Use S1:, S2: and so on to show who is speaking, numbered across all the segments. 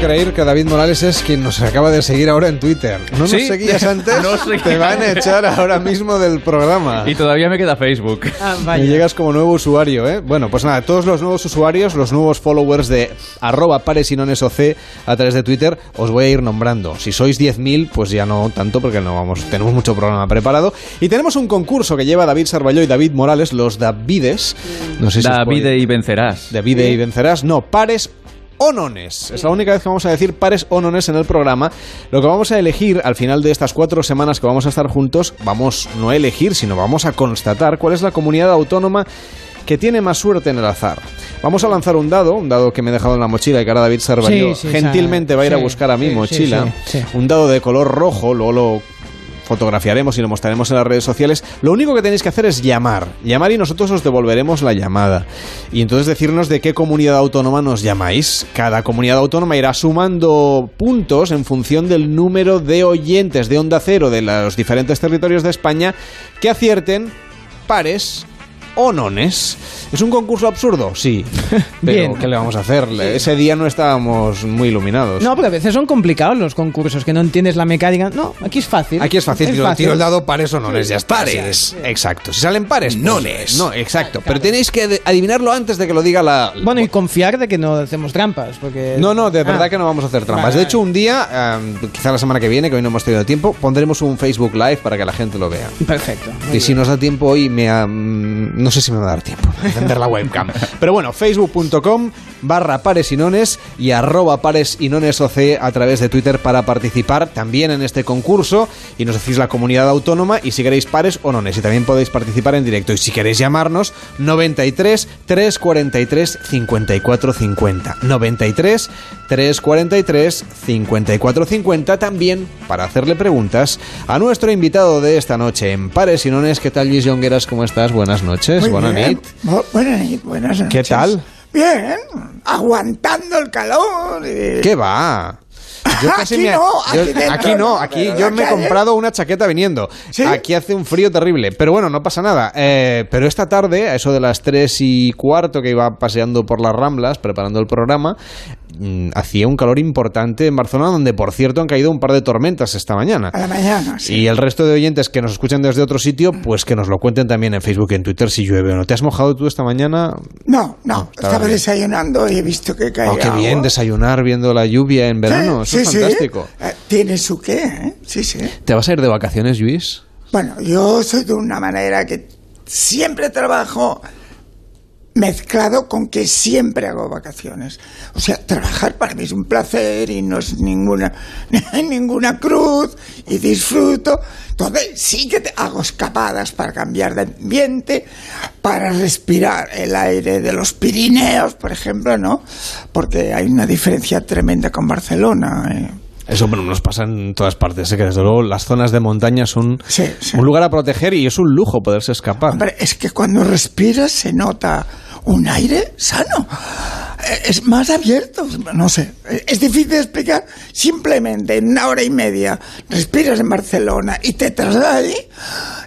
S1: creer que David Morales es quien nos acaba de seguir ahora en Twitter. No
S2: ¿Sí?
S1: nos seguías antes,
S2: No seguía.
S1: te van a echar ahora mismo del programa.
S2: Y todavía me queda Facebook.
S3: Ah,
S1: Y
S3: vaya.
S1: llegas como nuevo usuario, ¿eh? Bueno, pues nada, todos los nuevos usuarios, los nuevos followers de arroba paresinonesoc a través de Twitter, os voy a ir nombrando. Si sois 10.000, pues ya no tanto porque no vamos, tenemos mucho programa preparado. Y tenemos un concurso que lleva David Sarballó y David Morales, los Davides. No sé si os
S2: David
S1: podéis-
S2: y vencerás.
S1: Davide y vencerás. No, pares o nones. Es la única vez que vamos a decir pares o nones en el programa. Lo que vamos a elegir al final de estas cuatro semanas que vamos a estar juntos, vamos no a elegir, sino vamos a constatar cuál es la comunidad autónoma que tiene más suerte en el azar. Vamos a lanzar un dado, un dado que me he dejado en la mochila y que ahora David Sarvallo
S3: Sí, sí,
S1: gentilmente
S3: sabe.
S1: va a ir a
S3: Sí,
S1: buscar a mi
S3: sí, sí,
S1: mochila.
S3: sí, sí.
S1: Un dado de color rojo, luego lo fotografiaremos y lo mostraremos en las redes sociales. Lo único que tenéis que hacer es llamar. Llamar y nosotros os devolveremos la llamada. Y entonces decirnos de qué comunidad autónoma nos llamáis. Cada comunidad autónoma irá sumando puntos en función del número de oyentes de Onda Cero de los diferentes territorios de España que acierten pares o nones. ¿Es un concurso absurdo? Sí. Pero
S3: Bien.
S1: ¿qué le vamos a hacer? Ese día no estábamos muy iluminados.
S3: No, porque a veces son complicados los concursos, que no entiendes la mecánica. No, aquí es fácil.
S1: Aquí es fácil, tiro,
S3: fácil.
S1: tiro el dado pares o nones, ya está.
S4: Pares.
S1: Exacto, si salen pares. pues,
S4: Nones.
S1: No, exacto, pero tenéis que ade- adivinarlo antes de que lo diga la...
S3: Bueno, y confiar de que no hacemos trampas, porque...
S1: No, no, de
S3: Ah.
S1: verdad que no vamos a hacer trampas.
S3: Vale,
S1: de hecho,
S3: vale.
S1: un día, eh, quizá la semana que viene, que hoy no hemos tenido tiempo, pondremos un Facebook Live para que la gente lo vea.
S3: Perfecto. muy
S1: Y
S3: bien.
S1: si nos da tiempo hoy, me, ah, mm, no sé si me va a dar tiempo a encender la webcam. Pero bueno, facebook.com barra paresinones y arroba paresinonesoc a través de Twitter para participar también en este concurso. Y nos decís la comunidad autónoma y si queréis pares o nones. Y también podéis participar en directo. Y si queréis llamarnos, 93 343 54 50. 93 343 54 50. También para hacerle preguntas a nuestro invitado de esta noche en Pares y Nones. ¿Qué tal, Luis Jongueras? ¿Cómo estás? Buenas noches.
S5: Muy
S1: Buenas
S5: bien.
S1: noches.
S5: Bu- Buena nit, buenas noches.
S1: ¿Qué tal?
S5: Bien, aguantando el calor. y-
S1: ¿Qué va?
S5: Ah, Aquí no,
S1: yo-
S5: aquí dentro.
S1: aquí no, aquí yo me he
S5: Calle.
S1: comprado una chaqueta viniendo.
S5: ¿Sí?
S1: Aquí hace un frío terrible, pero bueno, no pasa nada. Eh, pero esta tarde, a eso de las 3 y cuarto que iba paseando por las Ramblas preparando el programa, mm, hacía un calor importante en Barcelona, donde por cierto han caído un par de tormentas esta mañana.
S5: A la mañana, Ah, sí.
S1: Y el resto de oyentes que nos escuchan desde otro sitio, pues que nos lo cuenten también en Facebook y en Twitter si llueve o no. ¿Te has mojado tú esta mañana?
S5: No, no,
S1: Ah, estaba
S5: estaba
S1: bien.
S5: desayunando y he visto que caía
S1: Oh, qué bien
S5: agua.
S1: desayunar viendo la lluvia en verano,
S5: Sí,
S1: eso
S5: sí,
S1: es fantástico.
S5: sí. Eh, Tiene su qué, ¿eh? Sí, sí.
S1: ¿Te vas a ir de vacaciones, Luis?
S5: Bueno, yo soy de una manera que siempre trabajo mezclado con que siempre hago vacaciones. O sea, trabajar para mí es un placer y no es ninguna, ninguna cruz y disfruto. Entonces sí que te hago escapadas para cambiar de ambiente, para respirar el aire de los Pirineos, por ejemplo, ¿no? Porque hay una diferencia tremenda con Barcelona. ¿eh?
S1: Eso bueno, nos pasa en todas partes, sé que desde luego las zonas de montaña son
S5: Sí, sí.
S1: un lugar a proteger y es un lujo poderse escapar.
S5: Hombre, es que cuando respiras se nota un aire sano. Eh, Es más abierto, no sé. Eh, Es difícil de explicar. Simplemente en una hora y media respiras en Barcelona y te trasladas allí.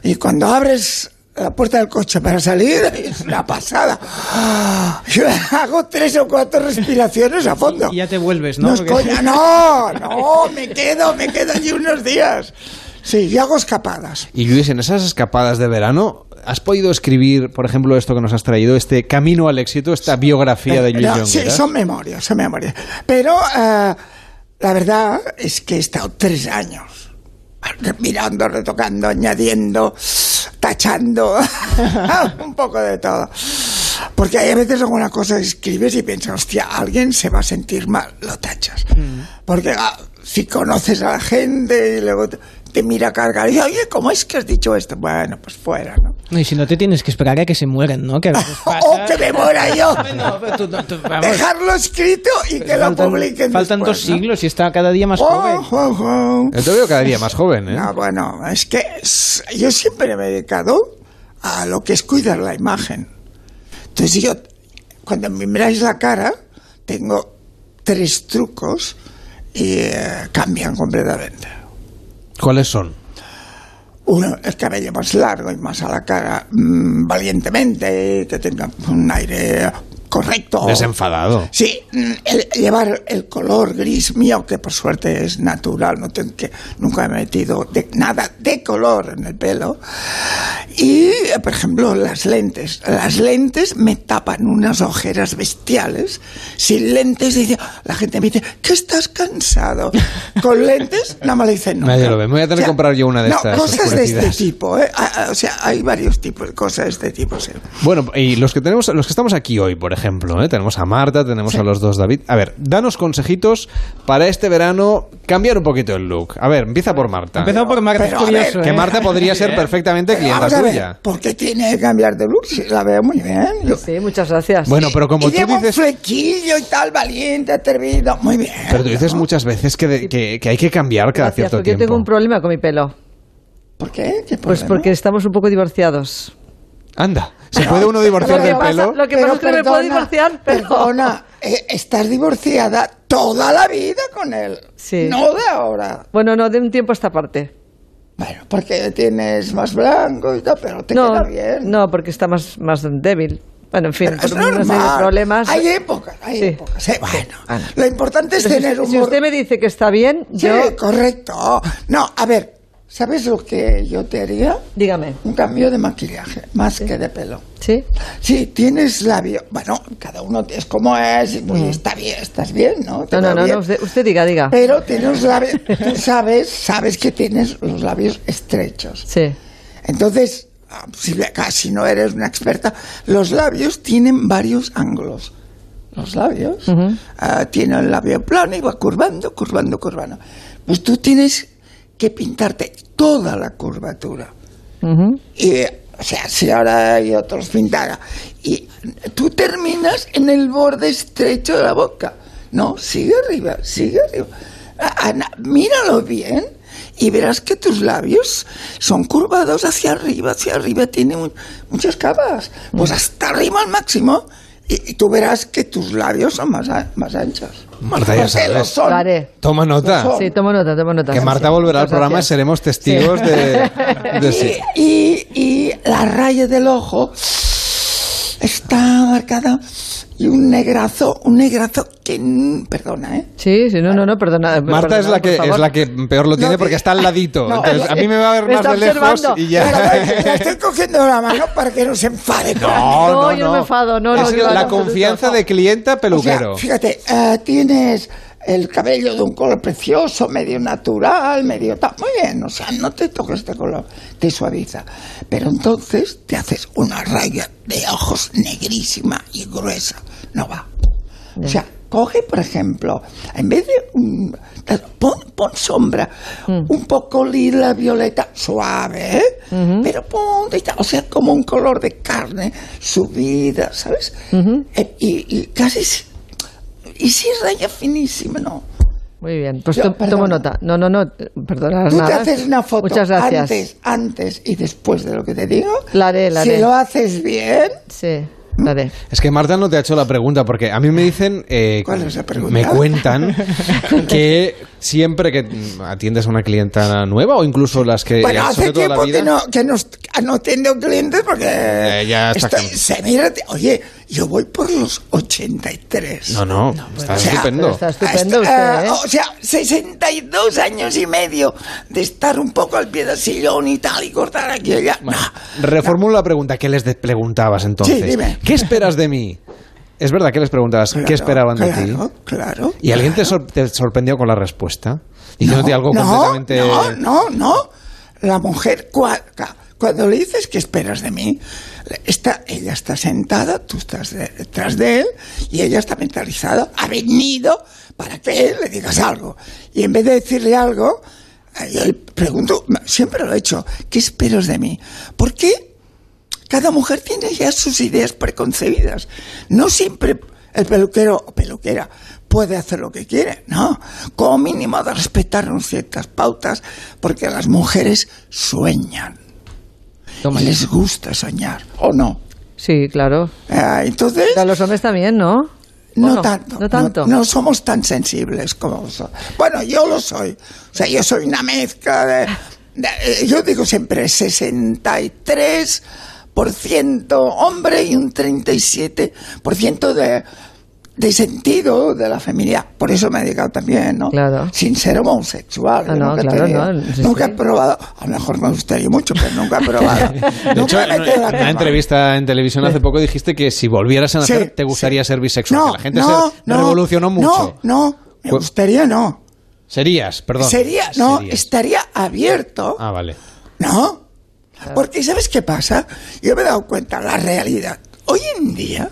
S5: Y cuando abres la puerta del coche para salir, es una pasada. Yo hago tres o cuatro respiraciones a fondo.
S3: Y ya te vuelves, ¿no?
S5: No, es
S3: Porque-
S5: coña, no, no, me quedo, me quedo allí unos días. Sí, yo hago escapadas.
S1: Y Luis, en esas escapadas de verano, ¿has podido escribir, por ejemplo, esto que nos has traído, este Camino al Éxito, esta biografía de Luis
S5: Eh, No,
S1: Jongueras?
S5: Sí, son memorias, son memorias. Pero eh, la verdad es que he estado tres años mirando, retocando, añadiendo, tachando, un poco de todo. Porque hay a veces alguna cosa que escribes y piensas, hostia, alguien se va a sentir mal, lo tachas.
S3: Mm.
S5: Porque ah, si conoces a la gente y luego te, te mira cargar y oye, ¿cómo es que has dicho esto? Bueno, pues fuera, ¿no?
S3: No, y si no te tienes que esperar a que se mueren, ¿no? Que a veces pasa...
S5: ¡Oh, que me muera yo!
S3: Bueno, pero tú- tú- vamos.
S5: dejarlo escrito y que lo
S3: Faltan-
S5: publiquen
S3: Faltan
S5: después,
S3: dos
S5: ¿no?
S3: siglos y está cada día más
S5: Oh,
S3: joven.
S5: oh, oh.
S1: Yo te veo cada día más joven, ¿eh?
S5: No, bueno, es que es- yo siempre me he dedicado a lo que es cuidar la imagen. Entonces yo, cuando me miráis la cara, tengo tres trucos y eh, cambian completamente.
S1: ¿Cuáles son?
S5: Uno, el cabello más largo y más a la cara, mm, valientemente, que tenga un aire correcto.
S1: Desenfadado.
S5: Sí, mm, el- llevar el color gris mío, que por suerte es natural, no tengo que, nunca he metido de- nada de color en el pelo. Y, eh, por ejemplo, las lentes. Las lentes me tapan unas ojeras bestiales. Sin lentes, dice, la gente me dice, ¿qué estás cansado? Con lentes, nada más le dicen no.
S1: Nadie lo ve. Me voy a tener que comprar yo una de
S5: no,
S1: estas
S5: Cosas de este
S1: oscurecidas.
S5: tipo, ¿eh? Ah, ah, O sea, hay varios tipos de cosas de este tipo, sí.
S1: Bueno, y los que tenemos, los que estamos aquí hoy, por ejemplo, ¿eh? tenemos a Marta, tenemos a los dos David. A ver, danos consejitos para este verano cambiar un poquito el look. A ver, empieza por Marta.
S3: Empezamos por Marta,
S5: pero,
S3: es
S5: a ver,
S3: curioso,
S1: Que
S3: ¿eh?
S1: Marta podría ser perfectamente clienta
S5: Vamos a ver,
S1: tuya.
S5: ¿por qué tiene que cambiar de look? Sí, la veo muy bien. Yo-
S2: Sí, muchas gracias.
S1: Bueno, pero como
S5: y
S1: tú
S5: lleva un
S1: dices,
S5: flequillo y tal, valiente, atrevido. Muy bien.
S1: pero tú dices
S5: ¿no?
S1: muchas veces que, de- que- que hay que cambiar cada
S2: gracias,
S1: cierto
S2: porque
S1: tiempo.
S2: yo tengo un problema con mi pelo.
S5: ¿Por qué? ¿Qué
S2: Pues
S5: problema?
S2: porque estamos un poco divorciados.
S1: Anda, ¿se puede uno divorciar
S2: Lo que
S1: del
S2: pasa-
S1: pelo?
S2: lo que pasa es que no me puedo divorciar, pero-
S5: Perdona, eh, estás divorciada toda la vida con él.
S2: Sí.
S5: No de ahora.
S2: Bueno, no, de un tiempo a esta parte.
S5: Bueno, porque tienes más blanco y tal, pero te
S2: no,
S5: queda bien.
S2: no, porque está más, más débil. Bueno, en fin,
S5: Pero es
S2: por una serie de
S5: normal.
S2: problemas.
S5: Hay épocas, hay
S2: Sí.
S5: épocas. Sí, bueno,
S2: Bueno.
S5: lo importante es
S2: Pero si-
S5: tener
S2: si,
S5: humor.
S2: usted me dice que está bien,
S5: Sí,
S2: yo...
S5: correcto. No, a ver, ¿sabes lo que yo te haría?
S2: Dígame.
S5: Un cambio de maquillaje, más que de pelo.
S2: ¿Sí?
S5: Sí, tienes labio. Bueno, cada uno es como es. y pues está bien, estás bien, ¿no? ¿Te
S2: Mm. No,
S5: veo
S2: no, no,
S5: bien? Eh,
S2: no, usted, usted diga, diga.
S5: Pero tienes labios. Tú sabes, sabes que tienes los labios estrechos.
S2: Sí.
S5: Entonces, ah, si le- casi no eres una experta, los labios tienen varios ángulos. Los labios ah, tienen el labio plano y va curvando, curvando, curvando. Pues tú tienes que pintarte toda la curvatura.
S2: Ujú.
S5: Y, o sea, si ahora hay otros pintadas. Y tú terminas en el borde estrecho de la boca. No, sigue arriba, sigue arriba. A- Ana, míralo bien y verás que tus labios son curvados hacia arriba, hacia arriba, tiene mu- muchas capas. Pues
S1: Mm.
S5: hasta arriba al máximo. Y, y tú verás que tus labios son más, a- más anchos.
S1: Marta, ya
S5: Porque lo
S1: sabes.
S5: son.
S2: Lo haré.
S1: Toma nota.
S5: Lo
S2: Sí, tomo nota, tomo nota.
S1: Que
S2: Sí,
S1: Marta
S2: sí.
S1: volverá al
S2: Muchas
S1: programa y
S2: gracias.
S1: seremos testigos
S2: Sí.
S1: de... de- sí.
S5: Y, y- y la raya del ojo está marcada y un negrazo, un negrazo que, n- perdona, ¿eh?
S2: Sí, sí, no, no, no, perdona.
S1: Marta es la, que, es la que peor lo tiene
S5: No,
S1: porque
S5: sí.
S1: está al ladito.
S5: No,
S1: Entonces,
S5: sí.
S1: a mí me va a ver
S2: Me
S1: más
S2: está
S1: de lejos
S2: observando.
S1: y
S5: Pero
S1: ya.
S5: bueno, la estoy cogiendo la mano para que no se enfade.
S1: No,
S2: No, yo no me enfado, no, no,
S1: Es
S2: yo no,
S1: la
S2: no,
S1: confianza
S2: no.
S1: de clienta
S5: O sea,
S1: peluquero.
S5: fíjate, eh, tienes el cabello de un color precioso, medio natural, medio tal. Muy bien, o sea, no te toques este color, te suaviza. Pero entonces te haces una raya de ojos negrísima y gruesa. No va. O sea, coge, por ejemplo, en vez de. un- pon, pon sombra, un poco lila, violeta, suave, ¿eh? Pero pon. de esta- O sea, como un color de carne subida, ¿sabes? Eh, y, y casi. si- Y si raya finísima, ¿no?
S2: Muy bien, pues
S5: Yo,
S2: to- tomo
S5: perdona.
S2: nota. No, no, no, perdona
S5: Tú
S2: Pues nada.
S5: te haces una foto
S2: Muchas gracias.
S5: antes, antes y después de lo que te digo.
S2: La haré, la haré.
S5: Si lo haces bien,
S2: Sí, la de.
S1: Es que Marta no te ha hecho la pregunta porque a mí me dicen... eh,
S5: ¿Cuál es la pregunta?
S1: Me cuentan que siempre que mm, atiendes a una clienta nueva o incluso las que...
S5: Bueno,
S1: Eh, sobre
S5: hace
S1: todo la
S5: tiempo
S1: vida-
S5: que no, que no, que no tengo clientes porque.
S1: Eh, ya está
S5: estoy-
S1: cam-
S5: se mira, oye, yo voy por los 83.
S1: No, no, está
S5: o sea,
S1: estupendo.
S2: pero está- estupendo
S5: Hasta-
S2: usted, ¿eh?
S5: O sea, 62 años y medio de estar un poco al pie del sillón y tal y cortar aquí y allá. No.
S1: Reformulo la pregunta. ¿Qué les de- preguntabas entonces?
S5: Sí, dime.
S1: ¿Qué esperas de mí? Es verdad que les preguntabas qué
S5: Claro,
S1: esperaban de ti.
S5: claro, Claro.
S1: ¿Y alguien te,
S5: claro.
S1: sor- te sorprendió con la respuesta? Diciéndote algo
S5: no,
S1: completamente...
S5: No, no, no. La mujer, cua- ca- cuando le dices que esperas de mí, le- está, ella está sentada, tú estás de- detrás de él, y ella está mentalizada, ha venido para que él le digas algo. Y en vez de decirle algo, eh, yo le pregunto, siempre lo he hecho, ¿qué esperas de mí? ¿Por qué cada mujer tiene ya sus ideas preconcebidas. No siempre el peluquero o peluquera puede hacer lo que quiere, no. Como mínimo de respetarnos ciertas pautas, porque las mujeres sueñan.
S3: Toma
S5: Y
S3: ya.
S5: les gusta soñar, ¿o no?
S2: Sí, claro.
S5: Eh, entonces,
S2: A los hombres también, ¿no? ¿O
S5: no, tanto.
S2: No tanto.
S5: No, somos tan sensibles como vosotros. Bueno, yo lo soy. O sea, yo soy una mezcla de. de- eh, yo digo siempre 63 hombre y un 37% de, de sentido de la feminidad. Por eso me he dedicado también, ¿no?
S2: Claro.
S5: Sin ser homosexual.
S2: Ah,
S5: yo
S2: no,
S5: nunca he
S2: claro,
S5: tenido-
S2: no, sí,
S5: nunca
S2: sí.
S5: he probado. A lo mejor me gustaría mucho, pero nunca he probado.
S1: De hecho,
S5: nunca
S1: en
S5: me quedo
S1: una- en una
S5: acabado.
S1: entrevista en televisión hace poco dijiste que si volvieras a nacer
S5: Sí,
S1: te gustaría
S5: sí.
S1: ser bisexual. que la gente
S5: no,
S1: se
S5: no,
S1: revolucionó mucho.
S5: No, no, me
S1: Cu-
S5: gustaría no.
S1: Serías, perdón.
S5: Sería, no,
S1: Serías.
S5: estaría abierto.
S1: Ah, vale.
S5: No. Porque ¿sabes qué pasa? Yo me he dado cuenta la realidad. Hoy en día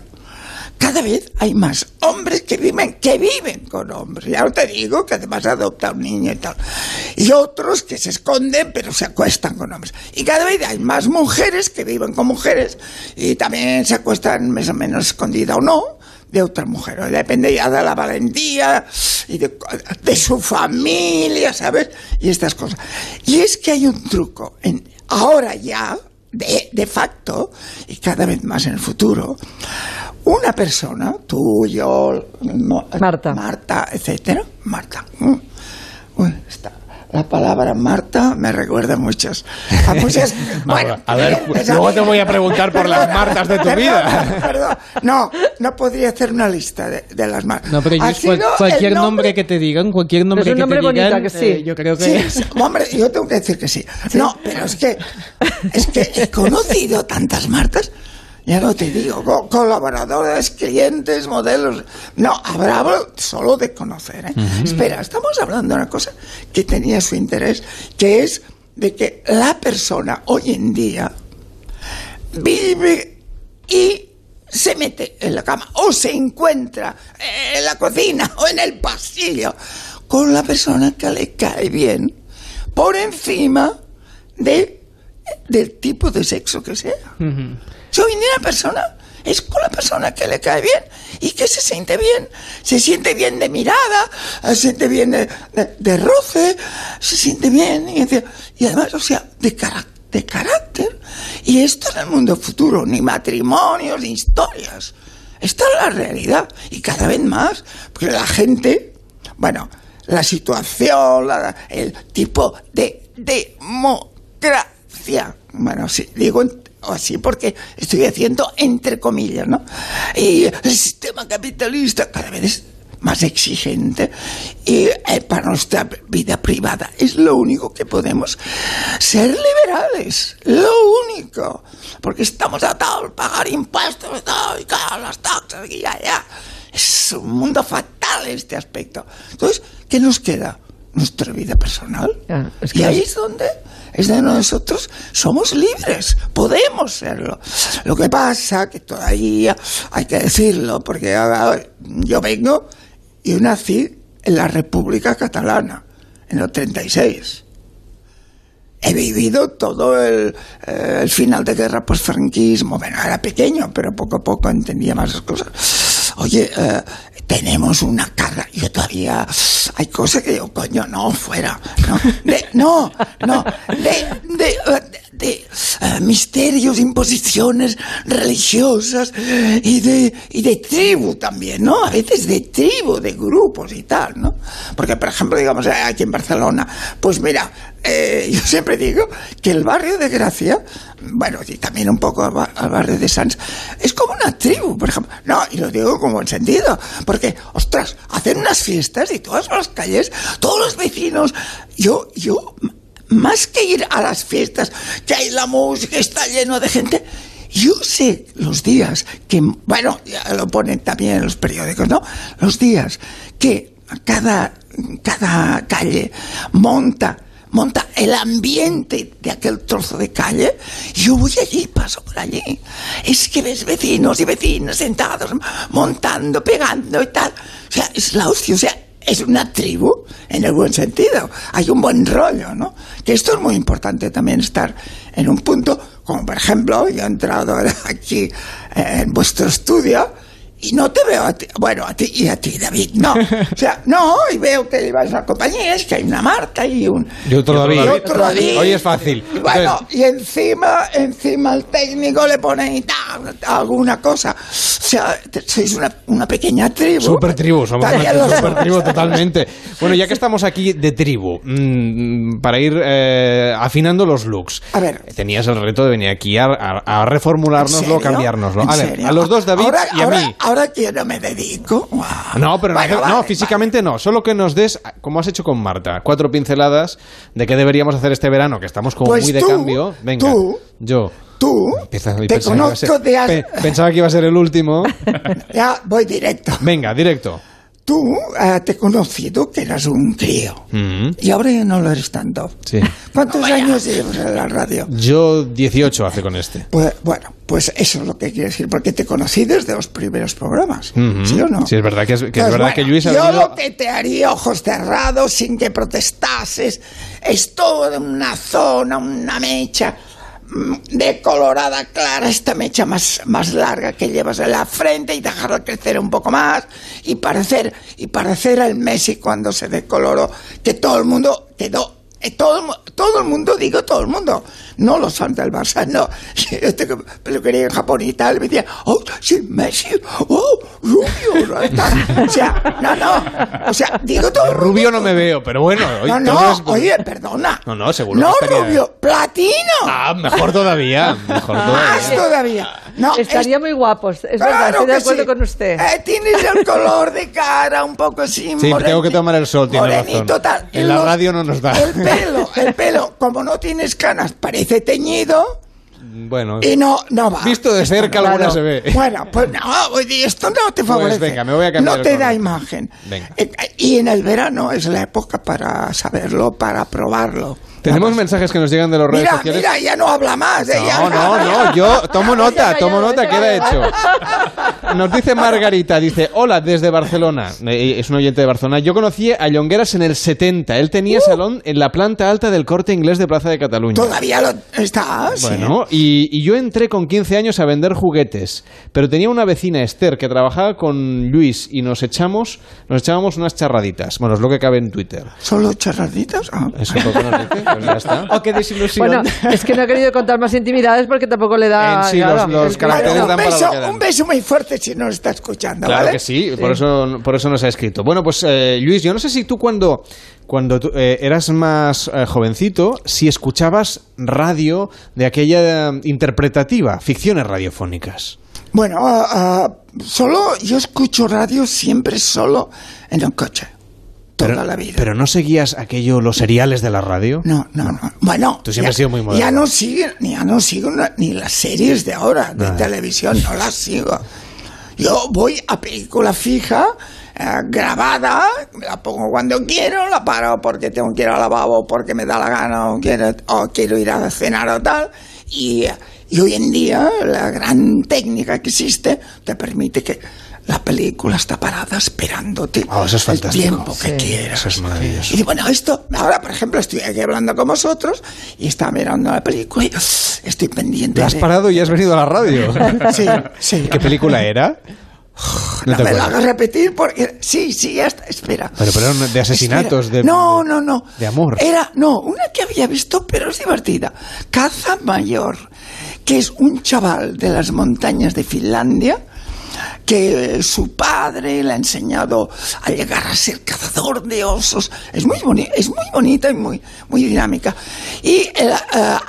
S5: cada vez hay más hombres que viven que viven con hombres. Ya te digo que además adopta un niño y tal. Y otros que se esconden pero se acuestan con hombres. Y cada vez hay más mujeres que viven con mujeres y también se acuestan más o menos escondida o no de otra mujer. Depende ya de la valentía y de, de su familia, ¿sabes? Y estas cosas. Y es que hay un truco. En, ahora ya, de, de facto, y cada vez más en el futuro, una persona, tú, yo, no-
S2: Marta.
S5: Marta, etcétera, Marta. mm, bueno, está. La palabra Marta me recuerda a muchas. A muchas. bueno,
S1: a ver,
S5: esa-
S1: luego te voy a preguntar por las Martas de tu
S5: Perdona,
S1: vida.
S5: perdón. No, no podría hacer una lista de, de las marcas.
S3: No, pero yo
S5: Ha
S3: es cual-
S5: sido el
S3: cualquier nombre, que te digan, cualquier nombre
S2: Es un
S3: que
S2: nombre
S3: te
S2: bonito,
S3: digan,
S2: ¿a que sí?
S3: eh, yo creo que
S5: Sí, sí, hombre, yo tengo que decir que sí. No, pero es que, es que he conocido tantas marcas. Ya no te digo, co- colaboradores, clientes, modelos. No, habrá hablo solo de conocer. ¿eh? Espera, estamos hablando de una cosa que tenía su interés, que es de que la persona hoy en día vive y se mete en la cama o se encuentra en la cocina o en el pasillo con la persona que le cae bien por encima de, del tipo de sexo que sea. Yo vine a una persona, es con la persona que le cae bien y que se siente bien. Se siente bien de mirada, se siente bien de, de- de roce, se siente bien. Y, dice- y además, o sea, de, cara- de carácter. Y esto en el mundo futuro, ni matrimonios, ni historias. Esta es la realidad. Y cada vez más, porque la gente, bueno, la situación, la- el tipo de democracia. Bueno, sí, digo en- así porque estoy haciendo entre comillas, ¿no? Y el sistema capitalista cada vez es más exigente y eh, para nuestra vida privada es lo único que podemos ser liberales, lo único, porque estamos atados a pagar impuestos, tal, y claro, las taxas y ya, ya. Es un mundo fatal este aspecto. Entonces, ¿qué nos queda? Nuestra vida personal.
S2: Ah, es que
S5: y ahí
S2: las-
S5: es donde es de nosotros somos libres, podemos serlo. Lo que pasa que todavía hay que decirlo, porque a ver, yo vengo y yo nací en la República Catalana, en el 36. He vivido todo el, eh, el final de guerra post-franquismo. Bueno, era pequeño, pero poco a poco entendía más las cosas. Oye, eh, tenemos una carga. Yo todavía. Hay cosas que digo, coño, no, fuera. No, de- no, no, de, de, eh, de, eh, misterios, imposiciones religiosas y de, y de tribu también, ¿no? A veces de tribu, de grupos y tal, ¿no? Porque, por ejemplo, digamos, eh, aquí en Barcelona, pues mira, eh, yo siempre digo que el barrio de Gracia, bueno, y también un poco al, ba- al barrio de Sanz, es como una tribu, por ejemplo. No, y lo digo con buen sentido, porque, ostras, hacen unas fiestas y todas las calles, todos los vecinos, yo, yo más que ir a las fiestas, que hay la música, está lleno de gente. Yo sé los días que, bueno, ya lo ponen también en los periódicos, ¿no? Los días que cada, cada calle monta, monta el ambiente de aquel trozo de calle, yo voy allí, paso por allí. Es que ves vecinos y vecinas sentados, montando, pegando y tal. O sea, es la hostia, o sea, es una tribu en el buen sentido. Hay un buen rollo, ¿no? Que esto es muy importante también estar en un punto, como por ejemplo, yo he entrado ahora aquí eh, en vuestro estudio y no te veo a ti, bueno, a ti y a ti, David, no. O sea, no, y veo que llevas una compañía, es que hay una Marta y un...
S1: Yo otro David.
S5: Y otro David.
S1: Hoy es fácil.
S5: Y bueno,
S1: Entonces-
S5: y encima, encima al técnico le pone y tal, alguna cosa. O sea, te- sois una, una pequeña tribu.
S1: Super tribu, somos
S5: Talla
S1: una
S5: los-
S1: super tribu totalmente. Bueno, ya que estamos aquí de tribu, mm, para ir eh, afinando los looks.
S5: A ver.
S1: Tenías el reto de venir aquí a, a- a
S5: ¿En
S1: reformulárnoslo,
S5: serio?
S1: cambiárnoslo.
S5: ¿En
S1: A ver,
S5: serio?
S1: a los dos, David
S5: Ahora-
S1: y a
S5: ahora-
S1: mí.
S5: Ahora que yo no me dedico. Wow.
S1: Ah, No, pero no
S5: Bueno,
S1: hace-
S5: vale,
S1: no,
S5: vale.
S1: físicamente no. Solo que nos des, como has hecho con Marta, cuatro pinceladas de qué deberíamos hacer este verano, que estamos como
S5: Pues
S1: muy de
S5: tú,
S1: cambio. Venga,
S5: tú,
S1: yo.
S5: Tú
S1: Empieza- pensaba
S5: te
S1: que iba a ser-
S5: conozco de hace.
S1: pe- Pensaba que iba a ser el último.
S5: Ya voy directo.
S1: Venga, directo.
S5: Tú ah, te he conocido que eras un crío.
S1: Mm.
S5: Y ahora ya no lo eres tanto.
S1: Sí.
S5: ¿Cuántos años llevas en la radio?
S1: Yo 18 hace con este.
S5: Pues, bueno, pues eso es lo que quiero decir, porque te conocí desde los primeros programas,
S1: Ujú.
S5: ¿sí o no?
S1: Sí, es verdad que es- que es
S5: Entonces,
S1: verdad que Luis ha
S5: Yo
S1: venido-
S5: lo que te haría ojos cerrados, sin que protestases, es toda una zona, una mecha mm, de colorada clara, esta mecha más, más larga que llevas en la frente y dejarla crecer un poco más y parecer, y parecer al Messi cuando se decoloró, que todo el mundo quedó eh, Todo, el mu- todo el mundo, digo todo el mundo, no los fans del Barça, no. Yo tengo peluquería en Japón y tal, me decía, oh, sí, Messi, oh, Rubio, ¿no? Tal. O sea, no, no, o sea, digo todo. el
S1: Rubio no
S5: mundo.
S1: me veo, pero bueno. hoy
S5: No,
S1: todo es-
S5: no, oye, perdona.
S1: No, no, seguro
S5: No,
S1: que estaría-
S5: Rubio, platino.
S1: Ah, mejor todavía. Mejor
S5: Más
S1: todavía.
S5: todavía. No,
S2: Estaría
S5: es-
S2: muy guapo, es verdad,
S5: claro
S2: estoy de
S5: que
S2: acuerdo
S5: sí.
S2: con usted.
S5: Eh, tienes el color de cara un poco así.
S1: Sí, tengo que tomar el sol, tiene razón.
S5: Total.
S1: En la radio no nos da.
S5: El pelo, el pelo, como no tienes canas, parece teñido
S1: Bueno,
S5: y no, no va.
S1: visto de cerca, alguna
S2: Claro.
S1: se ve.
S5: Bueno, pues no, oye, esto no te favorece.
S1: Pues venga, me voy a cambiar
S5: No
S1: el
S5: te
S1: color.
S5: da imagen.
S1: Venga.
S5: Eh, eh, Y en el verano es la época para saberlo, para probarlo.
S1: Tenemos mensajes que nos llegan de las redes
S5: Mira,
S1: sociales.
S5: mira, ya no habla más. eh, ya
S1: No, no, no, yo tomo nota, tomo nota, queda hecho. Nos dice Margarita, dice, hola, desde Barcelona, Eh, es un oyente de Barcelona, yo conocí a Llongueras en el 70, él tenía salón en la planta alta del corte inglés de Plaza de Cataluña.
S5: Todavía lo estás.
S1: Bueno, y, y yo entré con 15 años a vender juguetes, pero tenía una vecina, Esther, que trabajaba con Luis y nos echamos, nos echábamos unas charraditas. Bueno, es lo que cabe en Twitter.
S5: ¿Solo charraditas? Ah.
S1: Eso es lo que nos dice, pues ya está.
S3: Oh, qué desilusión.
S2: Bueno, es que no ha querido contar más intimidades porque tampoco le da.
S1: En sí, los- los
S2: el-
S1: caracteres
S5: Bueno,
S1: dan para
S5: un,
S1: lo
S5: beso,
S1: que dan.
S5: un beso muy fuerte si no lo está escuchando,
S1: Claro
S5: ¿vale?
S1: que sí, Por, eso, por eso nos ha escrito. Bueno, pues eh, Luis, yo no sé si tú cuando, cuando tú, eh, eras más eh, jovencito, si escuchabas radio de aquella eh, interpretativa, ficciones radiofónicas.
S5: Bueno, ah, ah, solo yo escucho radio siempre solo en el coche. Toda
S1: pero,
S5: la vida.
S1: Pero no seguías aquello, los seriales de la radio.
S5: No, no, no. Bueno,
S1: Tú siempre
S5: ya-
S1: has sido muy moderno.
S5: Ya no siguen, ya no sigo na- ni las series de ahora de
S1: Nada.
S5: televisión, no las sigo. Yo voy a película fija, eh, grabada, la pongo cuando quiero, la paro porque tengo que ir al lavabo, porque me da la gana, o quiero, o quiero ir a cenar o tal. Y, eh, y hoy en día la gran técnica que existe te permite que la película está parada esperándote
S1: Ah, eso es
S5: el
S1: fantástico.
S5: tiempo que
S2: Sí.
S5: quieras.
S1: Eso es maravilloso.
S5: Y bueno, esto, ahora por ejemplo estoy aquí hablando con vosotros y estaba mirando la película y estoy pendiente.
S1: Te has
S5: de-
S1: parado y has venido a la radio.
S5: Sí, sí.
S1: ¿Qué película era? No
S5: No
S1: te
S5: me la
S1: acuerdas.
S5: hagas repetir porque. Sí, sí, ya está. Espera.
S1: Pero, pero eran de asesinatos,
S5: Espera.
S1: de-
S5: No,
S1: de-
S5: no, no.
S1: de amor.
S5: Era, no, una que había visto, pero es divertida. Caza Mayor, que es un chaval de las montañas de Finlandia que su padre le ha enseñado a llegar a ser cazador de osos. Es muy, boni- es muy bonita y muy, muy dinámica. Y eh, eh,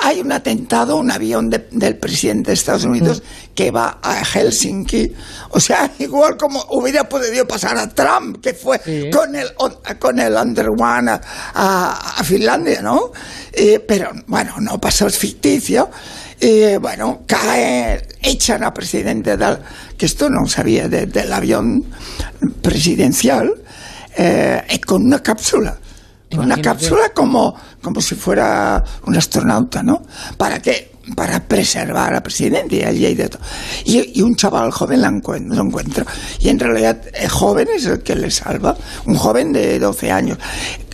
S5: hay un atentado, un avión de- del presidente de Estados Unidos que va a Helsinki. O sea, igual como hubiera podido pasar a Trump, que fue
S2: Sí.
S5: con el on- con el Under One a, a- a Finlandia, ¿no? Eh, pero bueno, no pasó, es ficticio. Y bueno, cae, echan a presidente tal, que esto no sabía de- del avión presidencial, eh, eh, con una cápsula. Una
S3: Imagínate.
S5: cápsula como, como si fuera un astronauta, ¿no? ¿Para qué? Para preservar al presidente y al y de todo. Y, y un chaval joven la encuent- lo encuentra. Y en realidad el joven es el que le salva, un joven de 12 años.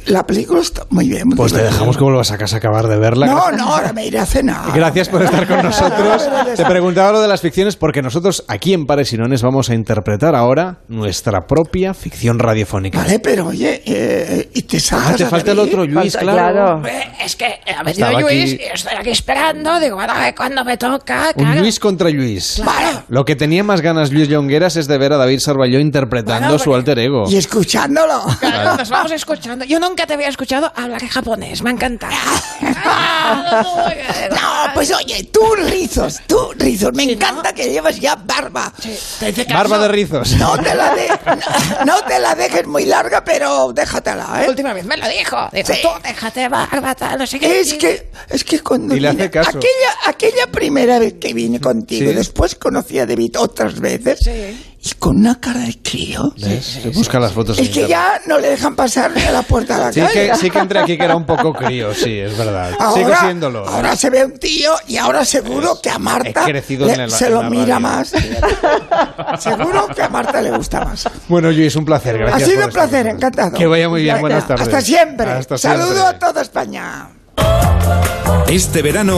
S5: La película está muy bien. muy
S1: Pues te
S5: divertida.
S1: dejamos que vuelvas a casa a acabar de verla.
S5: No,
S1: Gracias-
S5: no, ahora me iré a cenar.
S1: Gracias pues. por estar con nosotros. Te preguntaba lo de las ficciones porque nosotros aquí en Pares y Nones vamos a interpretar ahora nuestra propia ficción radiofónica.
S5: Vale, pero oye, eh, y te saltas
S1: Ah, te
S5: la
S1: falta el
S5: peli.
S1: otro Luis,
S2: Falta-
S1: claro.
S4: Eh, Es que ha venido
S1: Estaba
S4: Luis
S5: eh,
S1: aquí-
S4: y estoy aquí esperando. Digo, bueno, a ver cuándo me toca.
S1: Un
S4: claro.
S1: Luis contra Luis.
S5: Vale.
S1: Lo que tenía más ganas Luis Jongueras es de ver a David Sarballó interpretando
S4: Bueno,
S1: su
S4: porque-
S1: alter ego.
S5: Y escuchándolo.
S4: Claro, nos vamos escuchando. Yo nunca te había escuchado hablar en japonés. Me ha encantado.
S5: Ah, No, pues oye, tú rizos, tú rizos. Me encanta que llevas ya barba.
S4: Te
S5: este
S4: hice caso.
S1: Barba de rizos.
S5: No te la de- no, no te la dejes muy larga, pero déjatela,
S4: La
S5: ¿eh?
S4: última vez me lo dijo. Dijo,
S5: Sí.
S4: tú déjate barba, tal, no sé qué.
S5: Es que, es que cuando
S1: Y le
S5: vine-
S1: hace caso.
S5: Aquella, aquella primera vez que vine contigo,
S1: Sí.
S5: después conocí a David otras veces,
S4: Sí.
S5: y con una cara de crío,
S1: ¿Ves? Busca las fotos.
S5: es
S1: en
S5: que
S1: internet.
S5: ya no le dejan pasar a la puerta de la
S1: Sí
S5: calle.
S1: que, sí que entré aquí que era un poco crío, sí, es verdad. Sigo siéndolo. ¿eh?
S5: ahora se ve un tío y ahora seguro que a Marta
S1: he crecido
S5: le-
S1: en el-
S5: se
S1: en
S5: lo
S1: la
S5: mira
S1: radio.
S5: más. seguro que a Marta le gusta más.
S1: Bueno, Luis, un placer. Gracias
S5: ha sido
S1: por
S5: un
S1: estar
S5: placer,
S1: con nosotros.
S5: encantado.
S1: Que vaya muy bien, buenas tardes.
S5: Hasta siempre.
S1: Hasta
S5: Saludo
S1: siempre.
S5: a toda España.
S6: Este verano